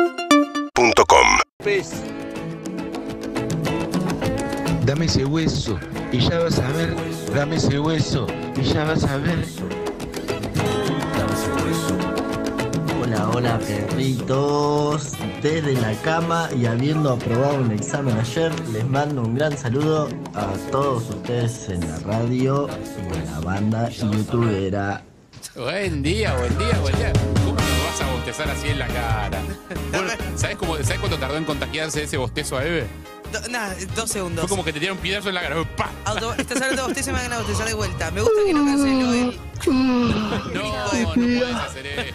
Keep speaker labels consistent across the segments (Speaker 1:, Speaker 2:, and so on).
Speaker 1: UrbanaPlayFM.com
Speaker 2: Dame ese hueso y ya vas a ver. Dame ese hueso y ya vas a ver.
Speaker 3: Hola, hola perritos. Desde la cama y habiendo aprobado un examen ayer, les mando un gran saludo a todos ustedes en la radio y en la banda youtubera.
Speaker 4: Buen día, buen día, buen día. ¿Cómo nos vas a bostezar así en la cara? Bueno, ¿sabes, cómo, ¿Sabes cuánto tardó en contagiarse ese bostezo a Eve?
Speaker 5: Do- nada, dos segundos.
Speaker 4: Fue como que te tiraron un piedazo en la cara. ¡pa!
Speaker 5: Auto- estás hablando de bostezar y me van a bostezar de vuelta. Me gusta que no canceló él.
Speaker 4: No, no puedes hacer eso.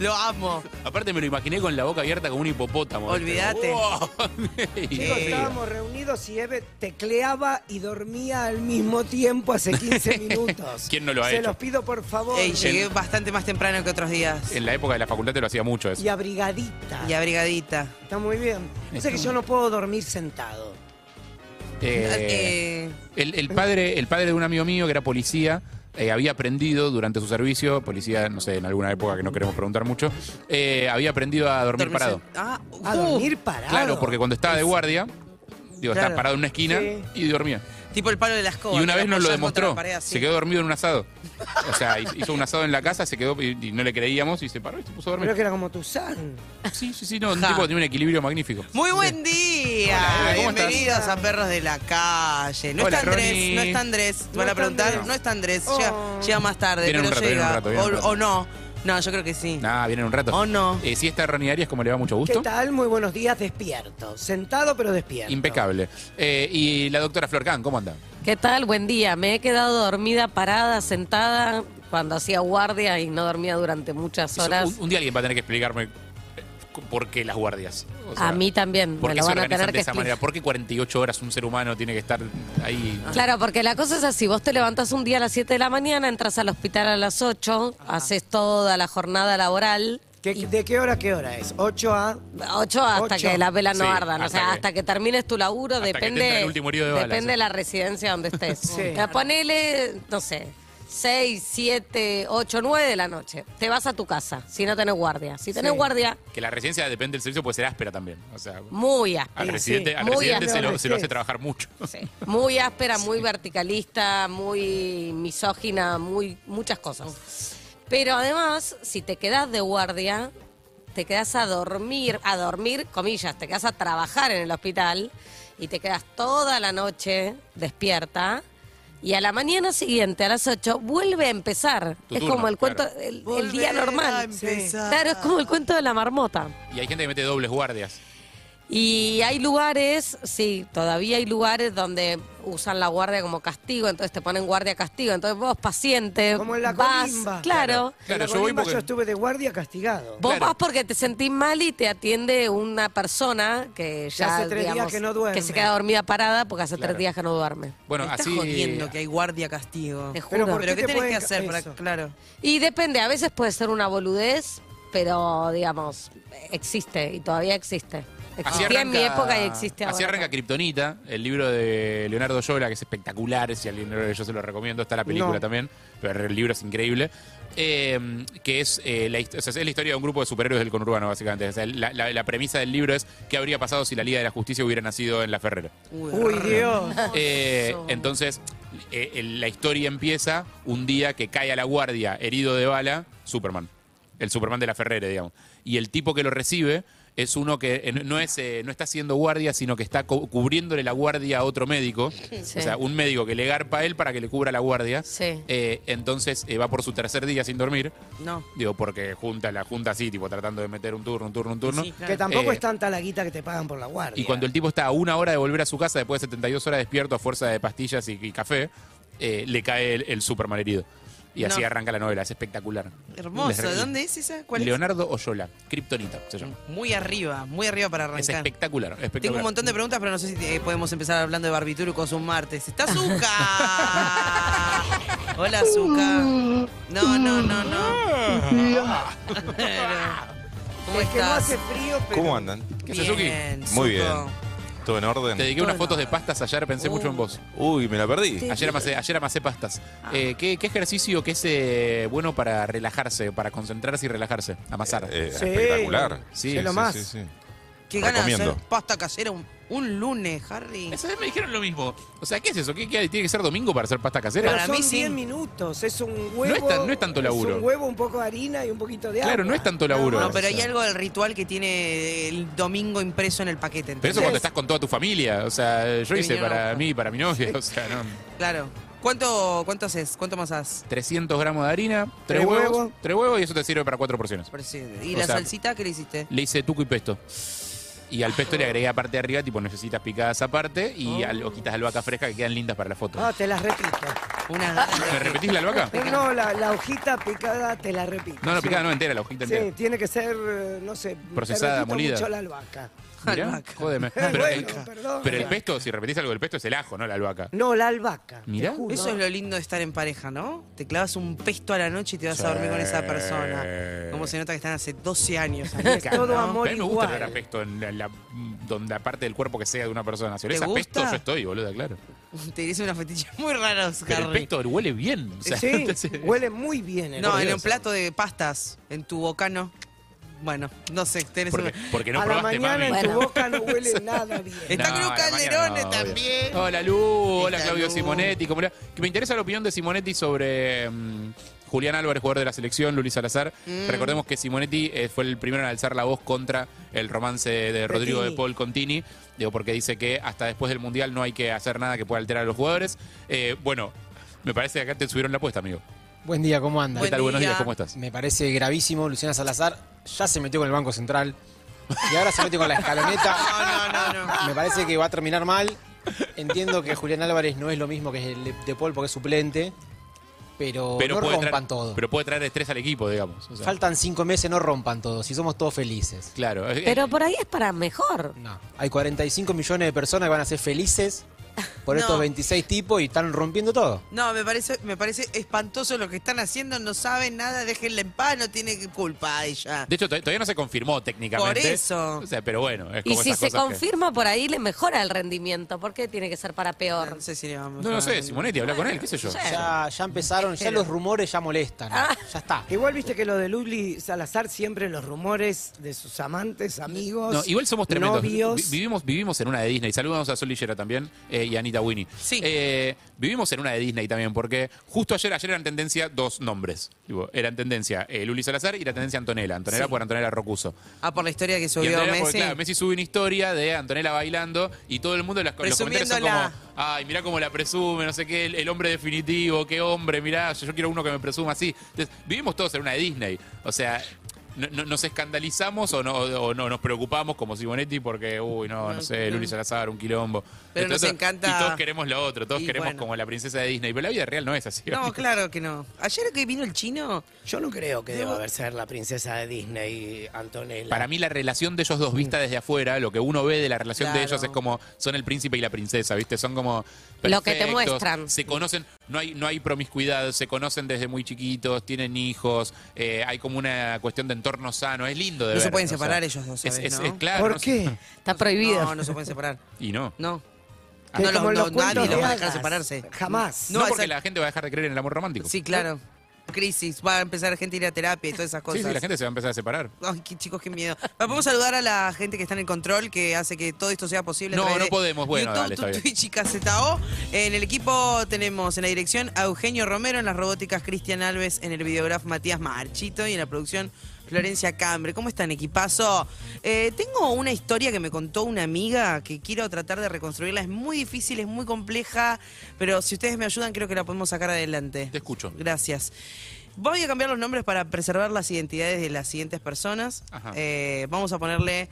Speaker 5: Lo amo.
Speaker 4: Aparte me lo imaginé con la boca abierta como un hipopótamo.
Speaker 5: Olvídate.
Speaker 4: Wow.
Speaker 5: Eh,
Speaker 6: Chicos, estábamos reunidos y Eve tecleaba y dormía al mismo tiempo hace 15 minutos.
Speaker 4: ¿Quién no lo ha
Speaker 6: Se
Speaker 4: hecho?
Speaker 6: los pido por favor.
Speaker 5: Ey, llegué bastante más temprano que otros días.
Speaker 4: En la época de la facultad te lo hacía mucho eso.
Speaker 6: Y abrigadita.
Speaker 5: Y abrigadita.
Speaker 6: Está muy bien. O sea que yo no puedo dormir sentado.
Speaker 4: Eh,
Speaker 5: Eh,
Speaker 4: el, el padre, el padre de un amigo mío que era policía. eh, había aprendido durante su servicio, policía, no sé, en alguna época que no queremos preguntar mucho, eh, había aprendido a dormir
Speaker 5: dormirse-
Speaker 4: parado.
Speaker 5: Ah,
Speaker 6: A
Speaker 5: uh,
Speaker 6: dormir parado.
Speaker 4: Claro, porque cuando estaba de guardia, digo, estaba
Speaker 5: Claro.
Speaker 4: parado en una esquina
Speaker 6: Sí.
Speaker 4: y dormía.
Speaker 5: uh, Tipo el palo de las escoba.
Speaker 4: y una
Speaker 5: que
Speaker 4: vez nos lo
Speaker 5: apoyás contra
Speaker 4: demostró.
Speaker 5: la pared así.
Speaker 4: Se quedó dormido en un asado. O sea, hi- hizo un asado en la casa, se quedó y y no le creíamos y se paró y se puso a
Speaker 6: Creo
Speaker 4: dormir.
Speaker 6: que era como Tuzán.
Speaker 4: Sí, sí, sí, no, un
Speaker 5: Ja.
Speaker 4: tipo tiene un equilibrio magnífico.
Speaker 5: Muy buen día.
Speaker 4: Hola, Eve, ¿cómo estás?
Speaker 5: Bienvenidos a Perros de la Calle. No
Speaker 4: Hola,
Speaker 5: está Andrés,
Speaker 4: Ronnie.
Speaker 5: no está Andrés.
Speaker 6: No
Speaker 5: Van a
Speaker 6: está
Speaker 5: preguntar,
Speaker 6: Andrés.
Speaker 5: no está Andrés.
Speaker 6: Oh.
Speaker 5: Llega, llega más tarde,
Speaker 4: Viene
Speaker 5: pero
Speaker 4: un rato, viene
Speaker 5: llega.
Speaker 4: un rato, viene
Speaker 5: o,
Speaker 4: un rato.
Speaker 5: o no. No, yo creo que sí.
Speaker 4: Nada, viene en un rato.
Speaker 5: Oh, no.
Speaker 4: Eh, si esta Ronnie Arias, como le va mucho
Speaker 6: ¿Qué
Speaker 4: gusto.
Speaker 6: tal? Muy buenos días, despierto. Sentado pero despierto.
Speaker 4: Impecable. Eh, y la doctora Flor Kahn, ¿cómo anda?
Speaker 7: ¿Qué tal? Buen día. Me he quedado dormida, parada, sentada, cuando hacía guardia y no dormía durante muchas horas.
Speaker 4: Un, un día alguien va a tener que explicarme eh, por qué las guardias. O sea,
Speaker 7: a mí también
Speaker 4: ¿Por
Speaker 7: me
Speaker 4: qué
Speaker 7: lo
Speaker 4: se
Speaker 7: van a
Speaker 4: organizan
Speaker 7: tener
Speaker 4: de
Speaker 7: que
Speaker 4: esa manera?
Speaker 7: explicar. Ah.
Speaker 4: ¿Por qué 48 horas un ser humano tiene que estar ahí?
Speaker 7: Claro, porque la cosa es así, vos te levantás un día a las 7 de la mañana, entras al hospital a las 8, haces toda la jornada laboral,
Speaker 6: ¿Qué- ¿De qué hora a qué hora es? 8 a...
Speaker 7: 8 hasta
Speaker 6: Ocho.
Speaker 7: que las velas no
Speaker 4: Sí,
Speaker 7: ardan, o
Speaker 4: hasta
Speaker 7: sea,
Speaker 4: que-
Speaker 7: hasta que termines tu laburo,
Speaker 4: hasta que te entra
Speaker 7: depende,
Speaker 4: el último herido de bala,
Speaker 7: depende
Speaker 4: sí.
Speaker 7: de la residencia donde estés.
Speaker 6: Sí.
Speaker 7: O sea, ponele, no sé, 6, 7, 8, 9 de la noche, te vas a tu casa, si no tenés guardia. Si tenés
Speaker 6: Sí.
Speaker 7: guardia,
Speaker 4: Que la residencia depende del servicio, puede ser áspera también. O sea,
Speaker 7: muy áspera.
Speaker 4: Al
Speaker 6: Sí,
Speaker 4: residente,
Speaker 6: sí.
Speaker 4: al
Speaker 7: Muy
Speaker 4: residente se,
Speaker 6: áspero.
Speaker 4: lo, se lo hace
Speaker 6: Sí.
Speaker 4: trabajar mucho.
Speaker 7: Sí. Muy áspera, muy verticalista, muy misógina, muy muchas cosas. Pero además, si te quedas de guardia, te quedas a dormir, a dormir, comillas, te quedas a trabajar en el hospital y te quedas toda la noche despierta. Y a la mañana siguiente, a las 8, vuelve a empezar.
Speaker 4: Tu
Speaker 7: es
Speaker 4: turno,
Speaker 7: como el
Speaker 4: claro.
Speaker 7: cuento, el, el día
Speaker 5: Volver a
Speaker 7: normal.
Speaker 5: empezar.
Speaker 7: Claro, es como el cuento de la marmota.
Speaker 4: Y hay gente que mete dobles guardias.
Speaker 7: Y hay lugares, sí, todavía hay lugares donde usan la guardia como castigo, entonces te ponen guardia castigo. Entonces vos, paciente,
Speaker 6: Como en la
Speaker 7: vas,
Speaker 6: colimba.
Speaker 7: claro,
Speaker 6: En
Speaker 4: Claro,
Speaker 6: la
Speaker 4: yo voy
Speaker 6: colimba
Speaker 4: porque-
Speaker 6: yo estuve de guardia castigado.
Speaker 7: vos
Speaker 4: Claro.
Speaker 7: vas porque te sentís mal y te atiende una persona que ya,
Speaker 6: hace tres días
Speaker 7: digamos,
Speaker 6: que no duerme.
Speaker 7: se queda dormida parada porque hace
Speaker 4: Claro.
Speaker 7: tres días que no duerme.
Speaker 4: Bueno,
Speaker 5: Me estás
Speaker 4: así.
Speaker 5: jodiendo que hay guardia castigo.
Speaker 7: Te
Speaker 6: Pero
Speaker 7: juro.
Speaker 6: ¿por
Speaker 5: Pero
Speaker 6: qué
Speaker 5: ¿qué
Speaker 6: te
Speaker 5: tenés que
Speaker 6: pueden
Speaker 5: hacer para
Speaker 6: eso?
Speaker 5: claro?
Speaker 7: Y depende, a veces puede ser una boludez, pero digamos, existe y todavía existe.
Speaker 4: así
Speaker 7: Existía en mi
Speaker 4: arranca-
Speaker 7: época y existe ahora.
Speaker 4: Así arranca Kryptonita, el libro de Leonardo Yola, que es espectacular. Si alguien no lo leyó, yo se lo recomiendo. Está la película
Speaker 6: No.
Speaker 4: también, pero el libro es increíble. Eh, que es, eh, la, hist- o sea, es la historia de un grupo de superhéroes del conurbano, básicamente. O sea, la, la- la premisa del libro es: ¿qué habría pasado si la Liga de la Justicia hubiera nacido en la Ferrera?
Speaker 6: Uy, Dios.
Speaker 4: Eh, entonces, eh, el- la historia empieza un día que cae a la guardia, herido de bala, Superman. El Superman de la Ferrere, digamos. Y el tipo que lo recibe es uno que eh, no, es, eh, no está haciendo guardia, sino que está cu- cubriéndole la guardia a otro médico.
Speaker 7: Sí.
Speaker 4: O sea, un médico que le garpa a él para que le cubra la guardia.
Speaker 7: Sí.
Speaker 4: Eh, entonces eh, va por su tercer día sin dormir.
Speaker 5: No.
Speaker 4: Digo, porque junta la junta así, tipo tratando de meter un turno, un turno, un turno.
Speaker 5: Sí, claro.
Speaker 6: Que tampoco
Speaker 4: Eh,
Speaker 6: es tanta la guita que te pagan por la guardia.
Speaker 4: Y cuando el tipo está a una hora de volver a su casa, después de 72 horas despierto a fuerza de pastillas y, y café, eh, le cae el, el Superman herido. Y así
Speaker 5: No.
Speaker 4: arranca la novela, es espectacular. Les
Speaker 5: Hermoso.
Speaker 4: re-
Speaker 5: ¿Dónde es esa? ¿Cuál es?
Speaker 4: Leonardo Oyola, Kryptonita se llama.
Speaker 5: Muy arriba, muy arriba para
Speaker 4: Es
Speaker 5: arrancar.
Speaker 4: espectacular, espectacular.
Speaker 5: Tengo un montón de preguntas, pero no sé si eh, podemos empezar hablando de barbitúricos un martes. ¡Está Zuka! Hola, Zuka. No, no, no, no. ¿Cómo
Speaker 6: Es que no
Speaker 5: estás?
Speaker 6: hace frío, pero...
Speaker 8: ¿Cómo andan?
Speaker 4: ¿Qué, Suzuki?
Speaker 5: Bien,
Speaker 8: Muy
Speaker 5: Zuko.
Speaker 8: bien.
Speaker 1: ¿Todo en orden?
Speaker 4: Te dediqué unas fotos de pastas ayer, pensé mucho
Speaker 5: Uh,
Speaker 4: en vos.
Speaker 1: Uy, me la perdí.
Speaker 4: Ayer amasé, ayer amasé pastas.
Speaker 5: Ah.
Speaker 4: Eh, ¿qué, qué ejercicio que es eh, bueno para relajarse, para concentrarse y relajarse? Amasar.
Speaker 1: Eh,
Speaker 6: Sí.
Speaker 1: Espectacular.
Speaker 4: Sí,
Speaker 6: es lo más.
Speaker 1: sí, sí.
Speaker 5: Qué ganas de hacer
Speaker 1: recomiendo.
Speaker 5: pasta casera un, un lunes, Harry.
Speaker 4: Esa vez me dijeron lo mismo. O sea, ¿qué es eso? ¿Qué, qué- tiene que ser domingo para hacer pasta
Speaker 6: Pero
Speaker 4: casera?
Speaker 5: Para
Speaker 6: son
Speaker 5: mí sí.
Speaker 6: 10 minutos, es un huevo.
Speaker 4: tan- no es tanto laburo.
Speaker 6: un huevo, un poco de harina y un poquito de agua.
Speaker 4: Claro, no es tanto laburo.
Speaker 5: No, pero hay algo del ritual que tiene el domingo impreso en el paquete.
Speaker 4: Pero eso
Speaker 5: ¿entendés?
Speaker 4: cuando estás con toda tu familia. O sea, yo
Speaker 5: Te
Speaker 4: hice
Speaker 5: vinieron a
Speaker 4: para
Speaker 5: buscar.
Speaker 4: mí y para mi novia. O sea, no.
Speaker 5: Claro. ¿Cuánto, cuánto haces? ¿Cuánto más haces?
Speaker 4: 300 gramos de harina, tres
Speaker 6: Tres
Speaker 4: huevos,
Speaker 6: huevos.
Speaker 4: tres huevos y eso te sirve para cuatro porciones.
Speaker 5: ¿Y
Speaker 4: O
Speaker 5: la
Speaker 4: sea,
Speaker 5: salsita qué le hiciste?
Speaker 4: Le hice tuco y pesto. Y al pesto le agregué aparte de arriba, tipo necesitas picadas aparte
Speaker 6: Oh.
Speaker 4: y al- hojitas de albahaca fresca que quedan lindas para la foto.
Speaker 6: No, Ah, te las repito.
Speaker 5: Una.
Speaker 4: ¿Me repetís la albahaca?
Speaker 6: No, no, la, la hojita picada te la repito.
Speaker 4: No, no,
Speaker 6: Sí.
Speaker 4: picada no entera, la hojita
Speaker 6: Sí,
Speaker 4: entera.
Speaker 6: tiene que ser, eh, no sé, te
Speaker 4: Procesada,
Speaker 6: repito
Speaker 4: molida.
Speaker 6: mucho la albahaca.
Speaker 4: Mirá,
Speaker 5: Albahaca.
Speaker 4: jódeme.
Speaker 6: Eh,
Speaker 4: Pero,
Speaker 6: bueno,
Speaker 4: el-
Speaker 6: perdón.
Speaker 4: pero el pesto, si repetís algo del pesto, es el ajo, no la albahaca.
Speaker 6: No, la albahaca.
Speaker 4: Mirá.
Speaker 6: te juro.
Speaker 5: Eso es lo lindo de estar en pareja, ¿no? Te clavas un pesto a la noche y te vas a dormir con esa persona. Como se nota que están hace 12 años. ahí,
Speaker 6: Es todo
Speaker 5: ¿no?
Speaker 6: amor
Speaker 4: a mí me gusta
Speaker 6: igual.
Speaker 4: el apesto en la, la- donde la parte del cuerpo que sea de una persona. Si
Speaker 5: ¿Te
Speaker 4: olés a pesto,
Speaker 5: gusta?
Speaker 4: yo estoy, boluda, claro.
Speaker 5: Te dice una fetiche muy rara, Oscar.
Speaker 4: Pero el pesto huele bien. o sea,
Speaker 6: Sí,
Speaker 4: sí.
Speaker 6: huele muy bien. el
Speaker 5: No, en
Speaker 6: huevo.
Speaker 5: un plato de pastas, en tu bocano. Bueno, no sé, tenés
Speaker 4: Porque,
Speaker 5: una-
Speaker 4: porque no
Speaker 6: a la
Speaker 4: probaste,
Speaker 6: mañana
Speaker 4: mami.
Speaker 6: en tu
Speaker 7: Bueno.
Speaker 6: boca no huele nada bien.
Speaker 5: Está
Speaker 4: No,
Speaker 5: Cruz
Speaker 4: a la mañana
Speaker 5: Calderone
Speaker 4: no, obvio.
Speaker 5: también.
Speaker 4: Hola Lu, hola
Speaker 5: Hola,
Speaker 4: Claudio
Speaker 5: Lu.
Speaker 4: Simonetti. ¿cómo le va? Que me interesa la opinión de Simonetti sobre mm, Julián Álvarez, jugador de la selección, Luli Salazar.
Speaker 5: Mm.
Speaker 4: Recordemos que Simonetti eh, fue el primero en alzar la voz contra el romance de Rodrigo
Speaker 6: Tini.
Speaker 4: de Paul con Tini, digo, porque dice que hasta después del Mundial no hay que hacer nada que pueda alterar a los jugadores. Eh, bueno, me parece que acá te subieron la apuesta, amigo.
Speaker 8: Buen día, ¿cómo andan?
Speaker 4: ¿Qué
Speaker 5: Buen
Speaker 4: tal? Buenos
Speaker 5: día.
Speaker 4: días, ¿cómo estás?
Speaker 8: Me parece gravísimo, Luciana Salazar ya se metió con el Banco Central y ahora se mete con la
Speaker 5: No,
Speaker 8: escaloneta.
Speaker 5: no, no, no.
Speaker 8: Me parece que va a terminar mal. Entiendo que Julián Álvarez no es lo mismo que el de- de Paul porque es suplente, pero, no
Speaker 4: puede
Speaker 8: rompan
Speaker 4: traer,
Speaker 8: todo.
Speaker 4: pero puede traer estrés al equipo, digamos. O sea,
Speaker 8: Faltan cinco meses, no rompan todo, si somos todos felices.
Speaker 4: Claro. eh,
Speaker 7: Pero por ahí es para mejor.
Speaker 8: No, hay 45 millones de personas que van a ser felices por
Speaker 5: No.
Speaker 8: estos 26 tipos y están rompiendo todo.
Speaker 5: No, me parece, me parece espantoso lo que están haciendo, no saben nada, déjenla en paz, no tiene que- culpa ella.
Speaker 4: De hecho, to- todavía no se confirmó técnicamente.
Speaker 5: Por eso.
Speaker 4: O sea, pero bueno, es como
Speaker 7: Y si
Speaker 4: esas
Speaker 7: se
Speaker 4: cosas que-
Speaker 7: confirma, por ahí le mejora el rendimiento. ¿Por qué tiene que ser para peor?
Speaker 5: No sé si le vamos
Speaker 4: No
Speaker 5: a-
Speaker 4: lo sé, Simonetti, habla con él, qué sé yo.
Speaker 7: Sí.
Speaker 8: Ya, ya empezaron, ya los rumores ya molestan. Ya está.
Speaker 6: Igual viste que lo de Luli Salazar siempre los rumores de sus amantes, amigos,
Speaker 4: No, igual somos tremendos.
Speaker 6: novios.
Speaker 4: Vi- vivimos, vivimos en una de Disney. Saludamos a Sol Lillera también eh, y a Anita Winnie.
Speaker 5: Sí.
Speaker 4: Eh, vivimos en una de Disney también, porque justo ayer, ayer eran tendencia dos nombres. Tipo, Era en tendencia eh, Luli Salazar y la tendencia Antonella. Antonella por Antonella Rocuso.
Speaker 5: Ah, por la historia que
Speaker 4: Y
Speaker 5: subió
Speaker 4: Antonella, porque,
Speaker 5: Messi.
Speaker 4: claro, Messi sube una historia de Antonella bailando y todo el mundo en las, en los comentarios son como,
Speaker 5: Presumiéndola.
Speaker 4: ay, mirá cómo la presume, no sé qué, el, el hombre definitivo, qué hombre, mirá, yo, yo quiero uno que me presuma así. Entonces, vivimos todos en una de Disney. O sea, no- no- nos escandalizamos o no, o no nos preocupamos como Simonetti porque, uy, no, no sé, Luli Salazar, un quilombo.
Speaker 5: Pero
Speaker 4: Esto,
Speaker 5: nos
Speaker 4: otro.
Speaker 5: encanta-
Speaker 4: Y todos queremos lo otro, todos
Speaker 5: Y
Speaker 4: queremos
Speaker 5: bueno.
Speaker 4: como la princesa de Disney, pero la vida real no es así.
Speaker 5: No, claro que no. Ayer que vino el chino,
Speaker 6: Yo no creo que deba haber ser la princesa de Disney, Antonella.
Speaker 4: Para mí la relación de ellos dos vista desde afuera, lo que uno ve de la relación de
Speaker 5: Mm. Claro.
Speaker 4: ellos es como son el príncipe y la princesa, ¿viste? Son como
Speaker 7: Lo que te
Speaker 4: perfectos,
Speaker 7: muestran.
Speaker 4: Se conocen, no hay no hay promiscuidad, se conocen desde muy chiquitos, tienen hijos, eh, hay como una cuestión de entorno sano, es lindo de
Speaker 5: No se
Speaker 4: ver,
Speaker 5: pueden
Speaker 4: o sea,
Speaker 5: separar ellos dos,
Speaker 4: es-
Speaker 5: ¿sabes,
Speaker 4: es-
Speaker 5: no?
Speaker 4: es claro,
Speaker 6: ¿Por
Speaker 4: no sé-
Speaker 6: qué?
Speaker 7: Está prohibido.
Speaker 5: no, no se pueden separar.
Speaker 4: Y no.
Speaker 5: No.
Speaker 6: Que
Speaker 5: No,
Speaker 6: como
Speaker 5: los,
Speaker 6: en
Speaker 5: no,
Speaker 6: los cuentos
Speaker 5: nadie los va a dejar
Speaker 6: hadas.
Speaker 5: separarse.
Speaker 6: Jamás.
Speaker 4: No,
Speaker 5: No,
Speaker 4: porque
Speaker 5: esa-
Speaker 4: la gente va a dejar de creer en el amor romántico.
Speaker 5: Sí, claro. Crisis, va a empezar gente a ir a terapia y todas esas
Speaker 4: Sí,
Speaker 5: cosas.
Speaker 4: sí, la gente se va a empezar a separar.
Speaker 5: Ay, qué chicos, qué miedo. Bueno, Podemos saludar a la gente que está en el control, que hace que todo esto sea posible. a
Speaker 4: No,
Speaker 5: través
Speaker 4: no
Speaker 5: de
Speaker 4: podemos. Bueno,
Speaker 5: YouTube,
Speaker 4: dale, está bien.
Speaker 5: Twitch y KZO. En el equipo tenemos en la dirección a Eugenio Romero, en las robóticas Cristian Alves, en el videograf Matías Marchito y en la producción Florencia Cambre. ¿Cómo están, equipazo? Eh, tengo una historia que me contó una amiga que quiero tratar de reconstruirla. Es muy difícil, es muy compleja, pero si ustedes me ayudan, creo que la podemos sacar adelante.
Speaker 4: Te escucho.
Speaker 5: Gracias. Voy a cambiar los nombres para preservar las identidades de las siguientes personas.
Speaker 4: Ajá.
Speaker 5: Eh, vamos a ponerle.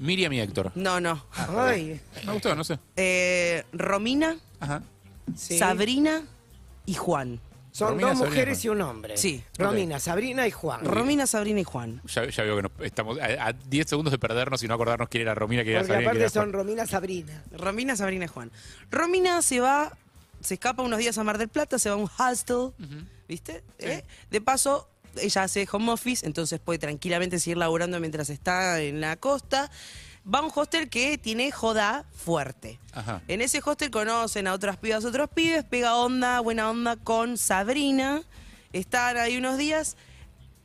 Speaker 4: Miriam y Héctor.
Speaker 5: No, no.
Speaker 6: Ah. Ay,
Speaker 4: Me gustó, no sé.
Speaker 5: Eh, Romina,
Speaker 4: Ajá.
Speaker 6: sí.
Speaker 5: Sabrina y Juan.
Speaker 6: Son
Speaker 4: Romina,
Speaker 6: dos
Speaker 4: Sabrina,
Speaker 6: mujeres y
Speaker 4: Juan.
Speaker 6: un hombre.
Speaker 5: Sí.
Speaker 6: Romina, Sabrina y Juan.
Speaker 5: Romina, Sabrina y Juan.
Speaker 4: Ya, ya veo que nos- estamos a a 10 segundos de perdernos y no acordarnos quién era Romina, quién era
Speaker 6: Porque
Speaker 4: Sabrina, quién
Speaker 6: aparte
Speaker 4: era
Speaker 6: son Romina, Sabrina.
Speaker 5: Romina, Sabrina y Juan. Romina se va, se escapa unos días a Mar del Plata, se va a un hostel, ¿viste? ¿Eh? De paso, ella hace home office, entonces puede tranquilamente seguir laburando mientras está en la costa. va a un hostel que tiene joda fuerte.
Speaker 4: Ajá.
Speaker 5: En ese hostel conocen a otras pibas, otros pibes, pega onda, buena onda con Sabrina. Están ahí unos días.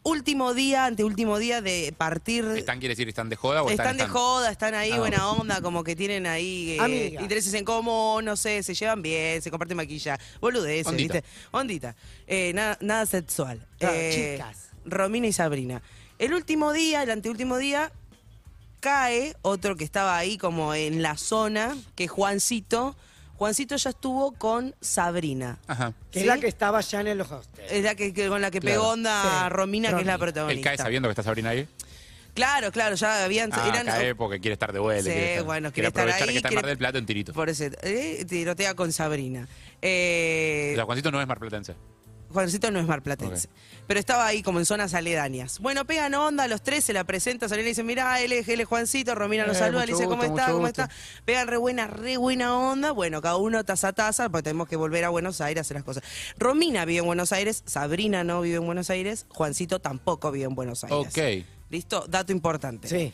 Speaker 5: Último día, anteúltimo día de partir.
Speaker 4: ¿Están, quiere decir, están de joda o
Speaker 5: Están,
Speaker 4: están
Speaker 5: de
Speaker 4: estando?
Speaker 5: joda, están ahí,
Speaker 4: Ah.
Speaker 5: buena onda, como que tienen ahí eh,
Speaker 6: Amigas.
Speaker 5: intereses en común, no sé, se llevan bien, se comparten maquillaje, boludeces,
Speaker 4: Ondita.
Speaker 5: ¿viste? Ondita. Eh, na- nada sexual.
Speaker 6: Claro,
Speaker 5: Eh,
Speaker 6: chicas.
Speaker 5: Romina y Sabrina. El último día, el anteúltimo día, cae otro que estaba ahí como en la zona, que es Juancito. Juancito ya estuvo con Sabrina.
Speaker 4: Ajá.
Speaker 5: ¿Sí?
Speaker 6: Que es la que estaba ya en el hostel.
Speaker 5: Es la que, que- con la que
Speaker 4: Claro.
Speaker 5: pegó onda
Speaker 6: Sí,
Speaker 5: Romina, que es la
Speaker 6: Romina.
Speaker 5: protagonista.
Speaker 4: Él cae sabiendo que está Sabrina ahí.
Speaker 5: Claro, claro, ya habían...
Speaker 4: Ah,
Speaker 5: eran-
Speaker 4: cae porque quiere estar de vuelta.
Speaker 5: Sí,
Speaker 4: quiere estar-
Speaker 5: bueno, quiere
Speaker 4: quiere
Speaker 5: estar
Speaker 4: aprovechar
Speaker 5: ahí,
Speaker 4: que está en
Speaker 5: quiere-
Speaker 4: Mar del Plata en tirito.
Speaker 5: Por eso, eh, tirotea con Sabrina. Eh,
Speaker 4: O sea, Juancito no es marplatense.
Speaker 5: Juancito no es marplatense. Pero estaba ahí como en zonas aledañas. Bueno, pegan onda, los tres se la presenta, Sabrina y dice, mirá, él es, él es Juancito, Romina lo
Speaker 8: Eh,
Speaker 5: saluda,
Speaker 8: mucho
Speaker 5: le dice, ¿cómo
Speaker 8: gusto,
Speaker 5: está?
Speaker 8: mucho
Speaker 5: ¿Cómo
Speaker 8: gusto".
Speaker 5: está? Pegan re buena, re buena onda. Bueno, cada uno taza a taza, porque tenemos que volver a Buenos Aires a hacer las cosas. Romina vive en Buenos Aires, Sabrina no vive en Buenos Aires, Juancito tampoco vive en Buenos Aires.
Speaker 4: Ok.
Speaker 5: ¿Listo? Dato importante.
Speaker 6: Sí.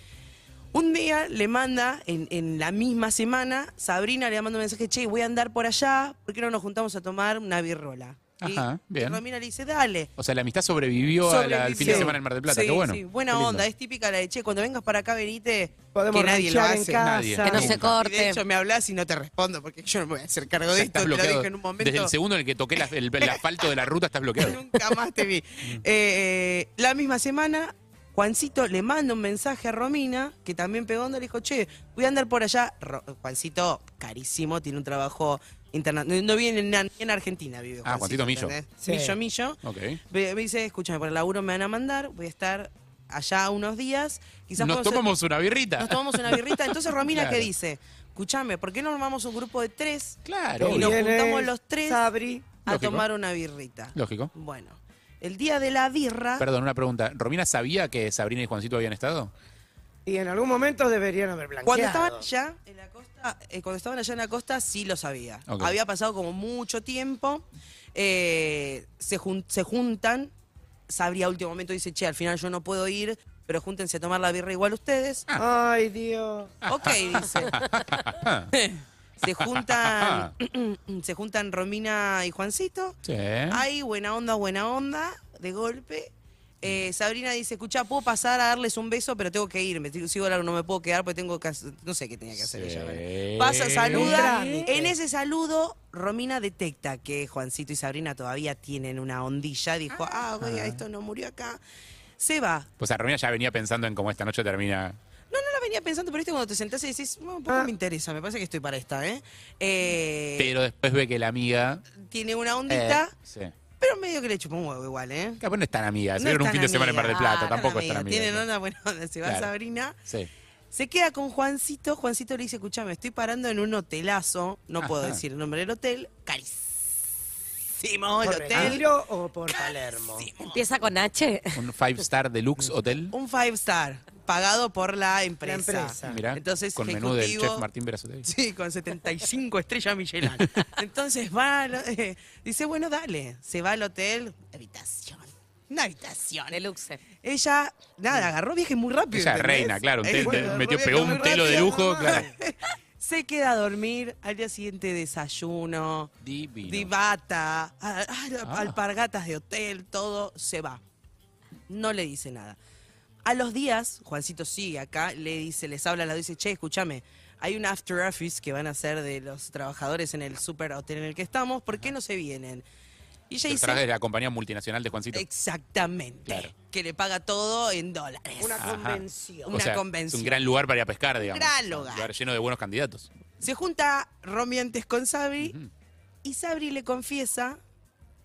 Speaker 5: Un día le manda, en, en la misma semana, Sabrina le manda un mensaje, che, voy a andar por allá, ¿por qué no nos juntamos a tomar una birrola? Y-
Speaker 4: Ajá, bien.
Speaker 5: Y Romina le dice, dale.
Speaker 4: O sea, la amistad sobrevivió, a la- al fin de
Speaker 5: Sí.
Speaker 4: semana en Mar del Plata.
Speaker 5: Sí,
Speaker 4: Qué bueno.
Speaker 5: sí, buena
Speaker 4: Qué lindo.
Speaker 5: onda, es típica la de, che, cuando vengas para acá venite,
Speaker 6: Podemos
Speaker 5: que nadie lo
Speaker 6: ranchar en
Speaker 5: hace.
Speaker 6: casa.
Speaker 4: Nadie.
Speaker 7: Que no se
Speaker 4: Nunca.
Speaker 5: Y de
Speaker 7: corte.
Speaker 5: hecho me hablas y no te respondo, porque yo no me voy a hacer cargo
Speaker 4: O
Speaker 5: de
Speaker 4: sea,
Speaker 5: esto,
Speaker 4: estás
Speaker 5: te lo
Speaker 4: bloqueado.
Speaker 5: dije en un momento.
Speaker 4: Desde el segundo en el que toqué la- el, el asfalto de la ruta, estás bloqueado.
Speaker 5: Nunca más te vi.
Speaker 4: Mm.
Speaker 5: Eh, la misma semana, Juancito le manda un mensaje a Romina, que también pegó onda, le dijo, che, voy a andar por allá. Ro- Juancito, carísimo, tiene un trabajo internacional. No viene en, en Argentina, vive
Speaker 4: Ah, Juancito Millo.
Speaker 5: ¿entendés?
Speaker 6: Sí.
Speaker 5: Millo, Millo.
Speaker 4: Ok.
Speaker 5: Me me dice, escúchame, por el laburo me van a mandar, voy a estar allá unos días. Quizás
Speaker 4: Nos
Speaker 5: podemos hacer-
Speaker 4: tomamos una birrita.
Speaker 5: nos tomamos una birrita. Entonces Romina,
Speaker 4: Claro.
Speaker 5: ¿qué dice? Escúchame, ¿por qué no armamos un grupo de tres
Speaker 4: Claro.
Speaker 5: Y nos
Speaker 6: Viene
Speaker 5: juntamos los tres.
Speaker 6: Sabri.
Speaker 5: a
Speaker 4: Lógico.
Speaker 5: tomar una birrita?
Speaker 4: Lógico.
Speaker 5: Bueno, el día de la birra...
Speaker 4: Perdón, una pregunta. ¿Romina sabía que Sabrina y Juancito habían estado?
Speaker 6: Y en algún momento deberían haber blanqueado.
Speaker 5: Cuando estaban allá en la costa, eh, cuando estaban allá en la costa sí lo sabía.
Speaker 4: Ok.
Speaker 5: Había pasado como mucho tiempo. eh, se, jun- se juntan. Sabría a último momento dice, che, al final yo no puedo ir, pero júntense a tomar la birra igual ustedes.
Speaker 6: Ay, Dios.
Speaker 5: Ok, dice. se juntan, se juntan Romina y Juancito.
Speaker 4: Sí.
Speaker 5: Ay, buena onda, buena onda, de golpe. Eh, Sabrina dice, escucha, puedo pasar a darles un beso, pero tengo que irme. Sigo- Sigo ahora, no me puedo quedar porque tengo que hacer- no sé qué tenía que hacer
Speaker 4: Sí.
Speaker 5: ella. bueno. Pasa, saluda.
Speaker 6: Un trámite.
Speaker 5: En ese saludo, Romina detecta que Juancito y Sabrina todavía tienen una ondilla. Dijo, ah, güey, esto no murió acá. Se va.
Speaker 4: O sea, Romina Pues ya venía pensando en cómo esta noche termina.
Speaker 5: No, no la venía pensando, pero viste cuando te sentás y decís, "Bueno, un poco me interesa, me parece que estoy para esta, ¿eh? Eh,
Speaker 4: Pero después ve que la amiga.
Speaker 5: Tiene una
Speaker 4: eh,
Speaker 5: ondita,
Speaker 4: sí.
Speaker 5: pero medio que le chupa un huevo igual, ¿eh?
Speaker 4: Capaz no es tan amiga. Se
Speaker 5: No
Speaker 4: vieron
Speaker 5: es
Speaker 4: un fin
Speaker 5: tan
Speaker 4: de semana en Mar del
Speaker 5: amiga.
Speaker 4: Plata.
Speaker 5: Ah,
Speaker 4: Tampoco
Speaker 5: no
Speaker 4: es tan amiga.
Speaker 5: Tienen onda buena onda. Se va
Speaker 4: Claro.
Speaker 5: Sabrina.
Speaker 4: Sí.
Speaker 5: Se queda con Juancito. Juancito le dice, escuchame, estoy parando en un hotelazo. No puedo
Speaker 4: Ajá.
Speaker 5: decir el nombre del hotel. Carísimo el
Speaker 6: ¿Por
Speaker 5: hotel.
Speaker 6: Retiro o por Palermo?
Speaker 7: Empieza con H.
Speaker 4: Un five star deluxe hotel.
Speaker 5: Un five star. Pagado por la empresa.
Speaker 6: empresa.
Speaker 4: Mirá,
Speaker 5: Entonces,
Speaker 4: con menú del
Speaker 5: ejecutivo-
Speaker 4: chef Martín Berazotegui.
Speaker 5: Sí, con 75 estrellas Michelin. Entonces va, al- eh, dice, bueno, dale. Se va al hotel. Habitación. Una habitación.
Speaker 7: Deluxe.
Speaker 5: Ella, nada, agarró viaje muy rápido.
Speaker 4: Esa
Speaker 5: ¿entendés?
Speaker 4: reina, claro. un
Speaker 5: Eh,
Speaker 4: tel-
Speaker 5: bueno,
Speaker 4: te- metió,
Speaker 5: viaje
Speaker 4: pegó
Speaker 5: muy
Speaker 4: un telo de
Speaker 5: rápido,
Speaker 4: lujo.
Speaker 5: mamá.
Speaker 4: Claro.
Speaker 5: Se queda a dormir, al día siguiente desayuno,
Speaker 4: Divino.
Speaker 5: dibata, a- a-
Speaker 4: Ah.
Speaker 5: alpargatas de hotel, todo, se va. No le dice nada. A los días, Juancito sigue acá, le dice, les habla, le dice, che, escúchame, hay un after office que van a hacer de los trabajadores en el super hotel en el que estamos, ¿por qué no se vienen? Y ella
Speaker 4: Detrás de
Speaker 5: dice,
Speaker 4: la compañía multinacional de Juancito.
Speaker 5: exactamente,
Speaker 4: Claro.
Speaker 5: que le paga todo en dólares.
Speaker 6: Una
Speaker 4: Ajá.
Speaker 6: convención.
Speaker 5: una
Speaker 4: o sea, Es
Speaker 5: convención.
Speaker 4: un gran lugar para ir a pescar, digamos.
Speaker 5: gran
Speaker 4: Un
Speaker 5: lugar.
Speaker 4: lleno de buenos candidatos.
Speaker 5: Se junta Romy antes con Sabri
Speaker 4: Ujú.
Speaker 5: y Sabri le confiesa,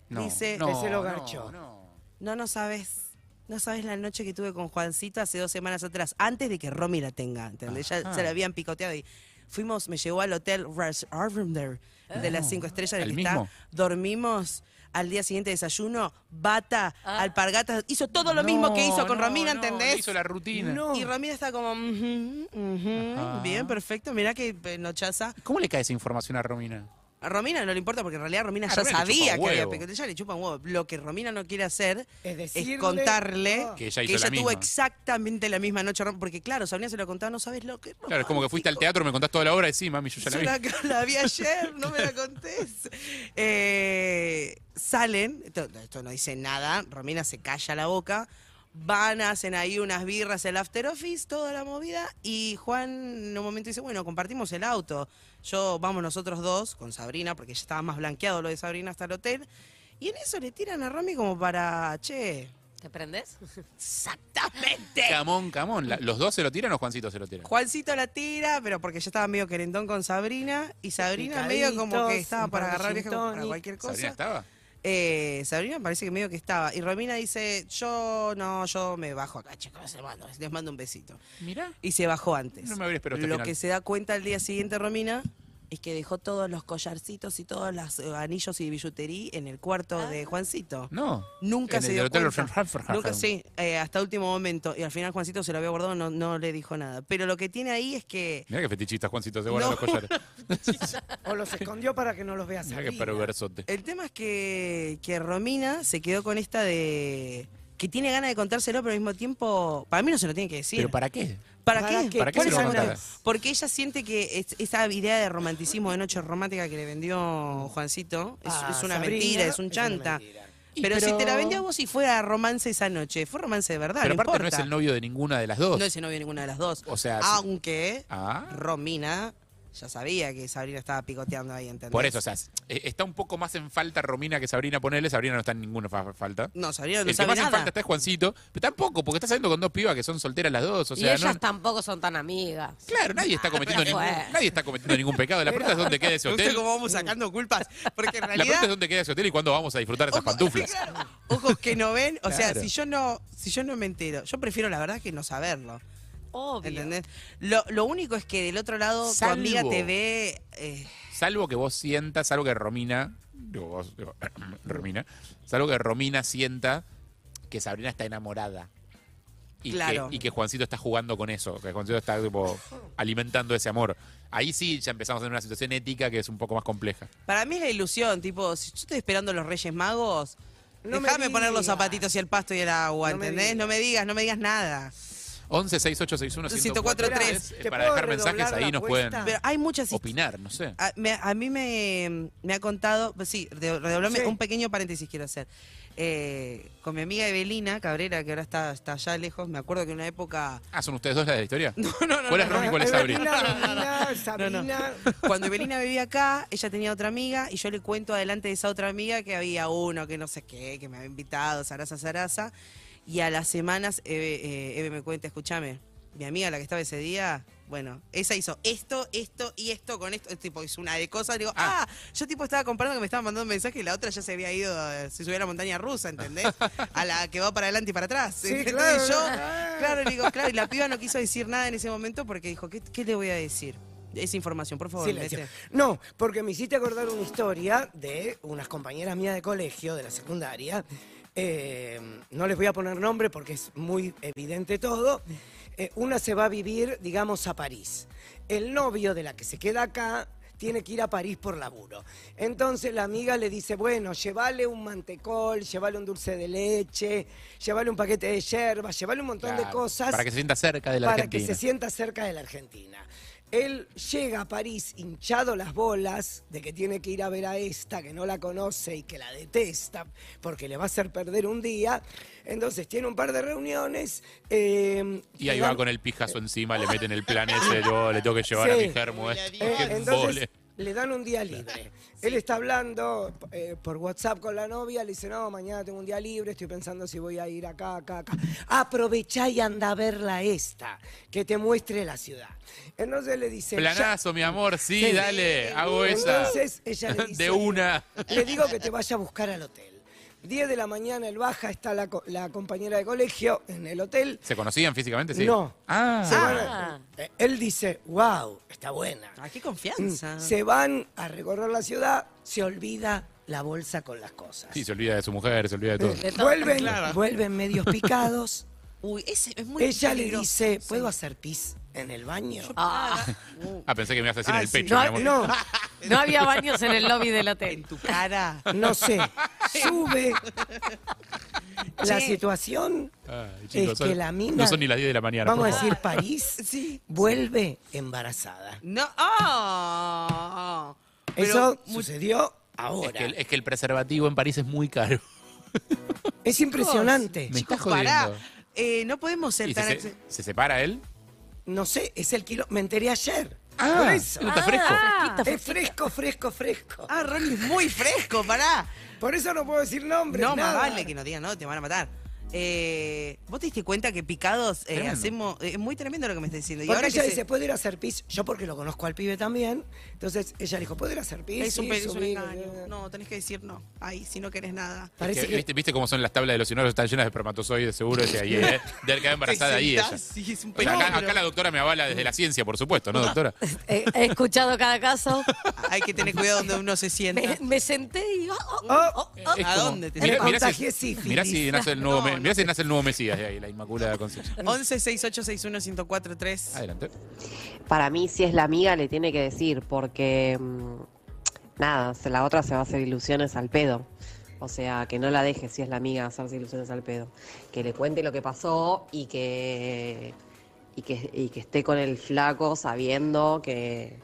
Speaker 5: Dice-
Speaker 6: Que se lo garchó.
Speaker 4: no.
Speaker 5: no, no sabes, no sabes la noche que tuve con Juancito hace dos semanas atrás, antes de que Romy la tenga, ¿entendés? Ya
Speaker 4: Ajá.
Speaker 5: se la habían picoteado y fuimos, me llevó al hotel Rush Arvender, el de las cinco estrellas en el
Speaker 4: ¿al
Speaker 5: que está,
Speaker 4: Oh. mismo?
Speaker 5: dormimos. Al día siguiente desayuno, bata, alpargatas, hizo todo lo mismo que hizo con
Speaker 4: Ah. No,
Speaker 5: Romina,
Speaker 4: no,
Speaker 5: ¿entendés?
Speaker 4: le hizo la rutina.
Speaker 6: No.
Speaker 5: Y Romina está como, "Ujú, ujú,
Speaker 4: Ajá.
Speaker 5: bien, perfecto, mirá que eh, nochaza.
Speaker 4: ¿Cómo le cae esa información a Romina?
Speaker 5: A Romina no le importa porque en realidad Romina
Speaker 4: A
Speaker 5: ya
Speaker 4: Romina le chupa
Speaker 5: sabía que
Speaker 4: un
Speaker 5: había
Speaker 4: huevo.
Speaker 5: piquete, ya le chupa un huevo. Lo que Romina no quiere hacer
Speaker 6: Es
Speaker 5: es,
Speaker 6: decirle,
Speaker 5: contarle
Speaker 6: ah.
Speaker 4: Que ella hizo la
Speaker 5: tuvo
Speaker 4: misma.
Speaker 5: exactamente la misma noche, Rom- porque claro, Sabrina se lo contaba, no sabes lo que
Speaker 4: Claro, es como que fuiste al
Speaker 5: romántico.
Speaker 4: teatro, me contás toda la obra y sí, mami, yo ya
Speaker 5: Yo
Speaker 4: la
Speaker 5: la,
Speaker 4: vi.
Speaker 5: la vi ayer, no me la contés. Eh, salen, esto, esto no dice nada, Romina se calla la boca, van, hacen ahí unas birras, el after office, toda la movida, y Juan en un momento dice, bueno, compartimos el auto, yo vamos nosotros dos con Sabrina, porque ya estaba más blanqueado lo de Sabrina hasta el hotel, y en eso le tiran a Romy como para, che,
Speaker 7: ¿Te prendes?
Speaker 5: exactamente.
Speaker 4: Camón, camón. La- ¿Los dos se lo tiran o Juancito se lo tira?
Speaker 5: Juancito la tira, pero porque ya estaba medio querendón con Sabrina. Y Sabrina medio como que
Speaker 6: Picaditos,
Speaker 5: estaba
Speaker 6: un
Speaker 5: para
Speaker 6: par de
Speaker 5: agarrar
Speaker 6: gin
Speaker 5: vieja como para
Speaker 6: tonic.
Speaker 5: cualquier cosa.
Speaker 4: ¿Sabrina estaba?
Speaker 5: Eh, Sabrina parece que medio que estaba. Y Romina dice, yo no, yo me bajo acá, chicos, les mando, les mando un besito.
Speaker 4: Mirá.
Speaker 5: Y se bajó antes.
Speaker 4: No me habría esperado hasta el
Speaker 5: Lo
Speaker 4: final.
Speaker 5: que se da cuenta al día siguiente Romina es que dejó todos los collarcitos y todos los eh, anillos y billutería en el cuarto
Speaker 6: Ah.
Speaker 5: de Juancito.
Speaker 4: No.
Speaker 5: Nunca
Speaker 4: En
Speaker 5: se
Speaker 4: el
Speaker 5: dio
Speaker 4: hotel
Speaker 5: cuenta.
Speaker 4: Rosenhofer, Rosenhofer.
Speaker 5: Nunca, sí, eh, hasta último momento. Y al final Juancito se lo había guardado, no, no le dijo nada. Pero lo que tiene ahí es que...
Speaker 4: Mirá qué fetichista Juancito se guarda
Speaker 5: No.
Speaker 4: los collares.
Speaker 6: O los escondió para que no los vea
Speaker 4: Mirá qué
Speaker 6: Sabrina.
Speaker 4: perversote.
Speaker 5: El tema es que, que Romina se quedó con esta de... Que tiene ganas de contárselo, pero al mismo tiempo... Para mí no se lo tiene que decir.
Speaker 4: ¿Pero para qué?
Speaker 5: ¿Para,
Speaker 6: ¿Para
Speaker 5: qué?
Speaker 6: qué? ¿Para qué
Speaker 5: ¿Cuál es
Speaker 6: se lo
Speaker 5: el
Speaker 6: va a
Speaker 5: motivo?
Speaker 6: contar?
Speaker 5: Porque ella siente que es- esa idea de romanticismo de noche romántica que le vendió Juancito es,
Speaker 6: Ah,
Speaker 5: es una
Speaker 6: Sabrina,
Speaker 5: mentira, es un
Speaker 6: es una
Speaker 5: chanta.
Speaker 6: mentira.
Speaker 5: pero, si
Speaker 4: pero-
Speaker 5: te la vendió a vos y fuera romance esa noche, fue romance de verdad.
Speaker 4: Pero
Speaker 5: no
Speaker 4: aparte no
Speaker 5: importa.
Speaker 4: es el novio de ninguna de las dos.
Speaker 5: No es el novio de ninguna de las dos.
Speaker 4: O sea, si-
Speaker 5: aunque
Speaker 4: Ah.
Speaker 5: Romina ya sabía que Sabrina estaba picoteando ahí, ¿entendés?
Speaker 4: Por eso, o sea, es- eh, está un poco más en falta Romina que Sabrina ponele. Sabrina no está en ninguna fa- falta.
Speaker 5: No, Sabrina no
Speaker 4: el que
Speaker 5: sabe
Speaker 4: más en
Speaker 5: nada.
Speaker 4: falta está es Juancito, pero tampoco, porque está saliendo con dos pibas que son solteras las dos. O
Speaker 7: y
Speaker 4: sea,
Speaker 7: ellas
Speaker 4: no,
Speaker 7: tampoco son tan amigas.
Speaker 4: Claro, nadie está cometiendo
Speaker 7: pero
Speaker 4: ningún,
Speaker 7: fue.
Speaker 4: nadie está cometiendo ningún pecado. La pregunta es dónde queda ese
Speaker 5: Me gusta
Speaker 4: hotel. Mm.
Speaker 5: cómo vamos sacando culpas. Porque en
Speaker 4: La pregunta es
Speaker 5: realidad.
Speaker 4: dónde queda ese hotel y cuándo vamos a disfrutar esas pantuflas.
Speaker 5: Claro, ojos que no ven. O sea,
Speaker 4: Claro.
Speaker 5: si yo no, si yo no me entero, yo prefiero la verdad que no saberlo.
Speaker 7: Obvio.
Speaker 5: ¿Entendés? Lo, lo único es que del otro lado
Speaker 4: Salvo-
Speaker 5: tu amiga te ve. eh,
Speaker 4: Salvo que vos sientas, salvo que Romina, digo vos, digo, Romina, salvo que Romina sienta que Sabrina está enamorada. Y,
Speaker 5: Claro.
Speaker 4: que, y que Juancito está jugando con eso, que Juancito está tipo, alimentando ese amor. Ahí sí ya empezamos en una situación ética que es un poco más compleja.
Speaker 5: para mí es la ilusión, tipo, si yo estoy esperando a los Reyes Magos,
Speaker 6: No me
Speaker 5: déjame poner los
Speaker 6: digas.
Speaker 5: zapatitos y el pasto y el agua,
Speaker 6: No me
Speaker 5: ¿entendés?
Speaker 6: digas.
Speaker 5: No me digas, no me digas nada.
Speaker 4: 11 6861
Speaker 5: 104 3.
Speaker 4: Es
Speaker 6: ¿Te
Speaker 4: Para
Speaker 6: puedo
Speaker 4: dejar mensajes
Speaker 6: redoblar la
Speaker 4: ahí nos pueden
Speaker 6: apuesta?
Speaker 5: Pero ah, hay muchas hist-
Speaker 4: opinar, no sé.
Speaker 5: A, me- a mí me, me ha contado, pues sí, de- redoblame
Speaker 6: Sí.
Speaker 5: un pequeño paréntesis quiero hacer. Eh, con mi amiga Evelina Cabrera, que ahora está, está allá lejos, me acuerdo que en una época...
Speaker 4: Ah, ¿son ustedes dos las de la historia?
Speaker 5: No, no, no.
Speaker 4: ¿Cuál es
Speaker 5: no,
Speaker 4: Romy y cuál es Sabrina?
Speaker 6: Sabrina, Romina, Sabrina.
Speaker 5: Cuando Evelina vivía acá, ella tenía otra amiga y yo le cuento adelante de esa otra amiga que había uno que no sé qué, que me había invitado, zaraza, zaraza. Y a las semanas Eve, eh, Eve me cuenta, escúchame, mi amiga la que estaba ese día, bueno, esa hizo esto, esto y esto con esto, tipo hizo una de cosas, digo, ah,
Speaker 4: Ah.
Speaker 5: yo tipo estaba comprando que me estaban mandando un mensaje y la otra ya se había ido, eh, se subió a la montaña rusa, ¿entendés? A la que va para adelante y para atrás.
Speaker 6: Sí,
Speaker 5: Entonces
Speaker 6: claro, Ah.
Speaker 5: yo,
Speaker 6: claro.
Speaker 5: claro, le digo, claro, y la piba no quiso decir nada en ese momento porque dijo, ¿qué, qué le voy a decir? Esa información, por favor,
Speaker 6: Silencio.
Speaker 5: mete.
Speaker 6: No, porque me hiciste acordar una historia de unas compañeras mías de colegio, de la secundaria. Eh, no les voy a poner nombre porque es muy evidente todo. Eh, una se va a vivir, digamos, a París. El novio de la que se queda acá tiene que ir a París por laburo. Entonces la amiga le dice, bueno, llévale un mantecol, llévale un dulce de leche, llévale un paquete de yerba, llévale un montón de
Speaker 4: Claro,
Speaker 6: cosas
Speaker 4: Para que se sienta cerca de la
Speaker 6: para
Speaker 4: Argentina.
Speaker 6: que se sienta cerca de la Argentina. Él llega a París hinchado las bolas de que tiene que ir a ver a esta que no la conoce y que la detesta porque le va a hacer perder un día. Entonces tiene un par de reuniones. eh,
Speaker 4: Y ahí
Speaker 6: le
Speaker 4: va
Speaker 6: dan-
Speaker 4: con el pijazo encima, le meten el plan ese, yo le tengo que llevar a
Speaker 6: Sí.
Speaker 4: mi germo. eh.
Speaker 6: Eh,
Speaker 4: Qué
Speaker 6: entonces
Speaker 4: embole.
Speaker 6: le dan un día libre. Él está hablando eh, por WhatsApp con la novia, le dice, no, mañana tengo un día libre, estoy pensando si voy a ir acá, acá, acá. Aprovechá y anda a verla esta, que te muestre la ciudad. Entonces le dice... "Ya-
Speaker 4: Planazo, mi amor, sí,
Speaker 6: Sí.
Speaker 4: dale, hago esa.
Speaker 6: Entonces ella le dice,
Speaker 4: de una.
Speaker 6: Le digo que te vaya a buscar al hotel. 10 de la mañana él baja, está la, co- la compañera de colegio en el hotel.
Speaker 4: ¿Se conocían físicamente? Sí.
Speaker 6: No.
Speaker 4: Ah,
Speaker 6: Se van a- eh, él dice, wow, está buena. Mm.
Speaker 5: Ah, qué confianza.
Speaker 6: Se van a recorrer la ciudad, se olvida la bolsa con las cosas.
Speaker 4: sí, se olvida de su mujer, se olvida de todo.
Speaker 6: Vuelven, vuelven medios picados.
Speaker 5: Uy, ese es muy
Speaker 6: ella le
Speaker 5: peligroso.
Speaker 6: dice, ¿puedo hacer pis en el baño?
Speaker 7: Ah,
Speaker 5: Uh,
Speaker 4: Ah, pensé que me ibas a decir en
Speaker 6: Ah,
Speaker 4: el
Speaker 6: sí.
Speaker 4: pecho, mi amor.
Speaker 6: No, no.
Speaker 7: No había baños en el lobby del
Speaker 5: En
Speaker 7: hotel.
Speaker 5: tu cara.
Speaker 6: No sé. Sube. La
Speaker 7: Sí.
Speaker 6: situación
Speaker 4: Ay,
Speaker 6: es
Speaker 4: chicos,
Speaker 6: que
Speaker 4: son-
Speaker 6: la mina.
Speaker 4: No son ni las 10 de la mañana.
Speaker 6: Vamos a
Speaker 4: por favor.
Speaker 6: decir París.
Speaker 5: Sí.
Speaker 6: Vuelve embarazada.
Speaker 5: No. ¡Oh! Pero
Speaker 6: Eso
Speaker 5: mu-
Speaker 6: sucedió ahora.
Speaker 4: Es
Speaker 6: Es,
Speaker 4: que, el- es que el preservativo en París es muy caro.
Speaker 6: impresionante.
Speaker 4: Me está
Speaker 5: Pará.
Speaker 4: jodiendo.
Speaker 5: Eh, no podemos ser
Speaker 4: ¿Y
Speaker 5: tan.
Speaker 4: se,
Speaker 5: acce-
Speaker 4: se- se separa él?
Speaker 6: No sé, es el kilo. Me enteré ayer. Por
Speaker 4: Ah,
Speaker 6: eso.
Speaker 4: no está fresco.
Speaker 6: Es fresco, fresco, fresco.
Speaker 5: Ah, Ronnie es muy fresco, pará.
Speaker 6: Por eso no puedo decir nombres.
Speaker 5: No, más
Speaker 6: nada.
Speaker 5: vale que nos digan, no, te van a matar. Eh, ¿Vos te diste cuenta que picados eh,
Speaker 4: Tremendo.
Speaker 5: hacemos. eh, es muy tremendo lo que me estás diciendo. Y
Speaker 6: Porque
Speaker 5: ahora
Speaker 6: ella
Speaker 5: que
Speaker 6: dice,
Speaker 5: se-
Speaker 6: ¿puedo ir a hacer pis? Yo porque lo conozco al pibe también. Entonces ella dijo, ¿puedo ir a hacer pis?
Speaker 5: es un
Speaker 6: Sí,
Speaker 5: pe- es un
Speaker 6: subí,
Speaker 5: engaño. No, tenés que decir no. Ay, si no querés nada.
Speaker 6: Parece
Speaker 4: Es que,
Speaker 6: que-
Speaker 4: ¿viste, viste cómo son las tablas de los sinólogos? Están llenas de espermatozoides, seguro. Y ahí, eh, debe quedar embarazada ahí ella.
Speaker 5: Te sentás, Ah, Sí, es un
Speaker 4: O sea, acá,
Speaker 5: peligro.
Speaker 4: acá la doctora me avala desde la ciencia, por supuesto,
Speaker 5: Ah,
Speaker 4: ¿no, doctora?
Speaker 7: He, he escuchado cada caso.
Speaker 5: Hay que tener cuidado donde uno se sienta.
Speaker 7: Me, me senté y. oh, oh,
Speaker 6: Oh,
Speaker 7: oh,
Speaker 4: Es
Speaker 7: oh.
Speaker 4: como-
Speaker 5: ¿A dónde te
Speaker 4: mirá,
Speaker 5: sacas?
Speaker 4: mirá
Speaker 6: Contagié
Speaker 4: si,
Speaker 6: sífilis.
Speaker 4: mirá si nace el nuevo,
Speaker 5: No,
Speaker 4: me-
Speaker 5: no
Speaker 4: mirá si nace el nueva Mesías de ahí, la Inmaculada Concepción.
Speaker 5: 11 6861 1043.
Speaker 4: Adelante.
Speaker 1: Para mí, si es la amiga, le tiene que decir, porque mm, nada, se- la otra se va a hacer ilusiones al pedo. O sea, que no la deje si es la amiga hacerse ilusiones al pedo. Que le cuente lo que pasó y que, y que, y que esté con el flaco sabiendo que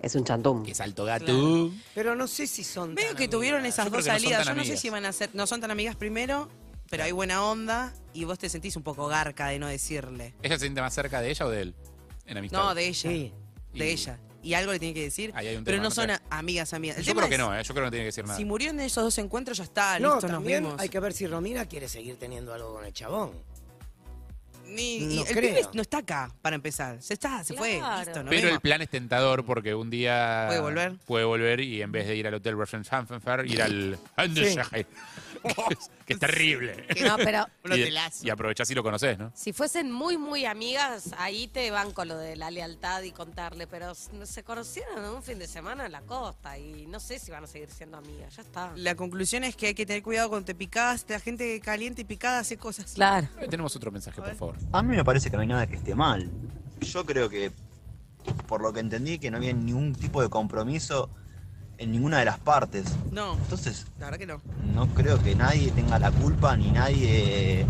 Speaker 1: es un chantún.
Speaker 4: Que salto gato.
Speaker 5: Claro.
Speaker 6: Pero no sé si son
Speaker 5: Veo
Speaker 6: tan
Speaker 5: que tuvieron
Speaker 6: amigas.
Speaker 5: esas
Speaker 4: Yo creo
Speaker 5: dos
Speaker 4: que no son
Speaker 5: salidas.
Speaker 4: tan
Speaker 5: Yo no sé
Speaker 4: amigas.
Speaker 5: si van a ser. No son tan amigas primero, pero hay buena onda y vos te sentís un poco garca de no decirle.
Speaker 4: ¿Ella se siente más cerca de ella o de él? En amistad.
Speaker 5: No, de ella.
Speaker 6: Sí.
Speaker 4: Y-
Speaker 5: De ella. Y algo le tiene que decir.
Speaker 4: Ahí hay un
Speaker 5: Pero
Speaker 4: tema,
Speaker 5: no
Speaker 4: no
Speaker 5: son
Speaker 4: sé.
Speaker 5: a- amigas, amigas. El
Speaker 4: Yo
Speaker 5: tema
Speaker 4: creo que
Speaker 5: es,
Speaker 4: no, ¿eh? yo creo que no tiene que decir nada.
Speaker 5: Si murieron en esos dos encuentros, ya está.
Speaker 6: No,
Speaker 5: Ah, listo, nos
Speaker 6: también
Speaker 5: vimos.
Speaker 6: hay que ver si Romina quiere seguir teniendo algo con el chabón.
Speaker 5: Ni- y
Speaker 6: no
Speaker 5: el
Speaker 6: creo.
Speaker 5: pibe no está acá para empezar. Se está, se
Speaker 7: Claro.
Speaker 5: fue. Listo, nos
Speaker 4: Pero el
Speaker 5: vemos.
Speaker 4: plan es tentador porque un día.
Speaker 5: Puede volver.
Speaker 4: Puede volver y en vez de ir al hotel Russian Fanfare, ir al. Andeshaje, que, es- que es terrible.
Speaker 7: No, pero
Speaker 5: Un
Speaker 4: y,
Speaker 5: hotelazo.
Speaker 4: y aprovechás y lo conocés, ¿no?
Speaker 7: si fuesen muy, muy amigas, ahí te van con lo de la lealtad y contarle. Pero s- se conocieron en un fin de semana en la costa y no sé si van a seguir siendo amigas. Ya está.
Speaker 5: La conclusión es que hay que tener cuidado cuando te picás. La gente caliente y picada hace cosas.
Speaker 7: Claro.
Speaker 4: Eh, Tenemos otro mensaje, por favor.
Speaker 9: A mí me parece que no hay nada que esté mal. Yo creo que, por lo que entendí, que no había ningún tipo de compromiso en ninguna de las partes.
Speaker 5: No,
Speaker 9: Entonces,
Speaker 5: la verdad que no.
Speaker 9: no creo que nadie tenga la culpa ni nadie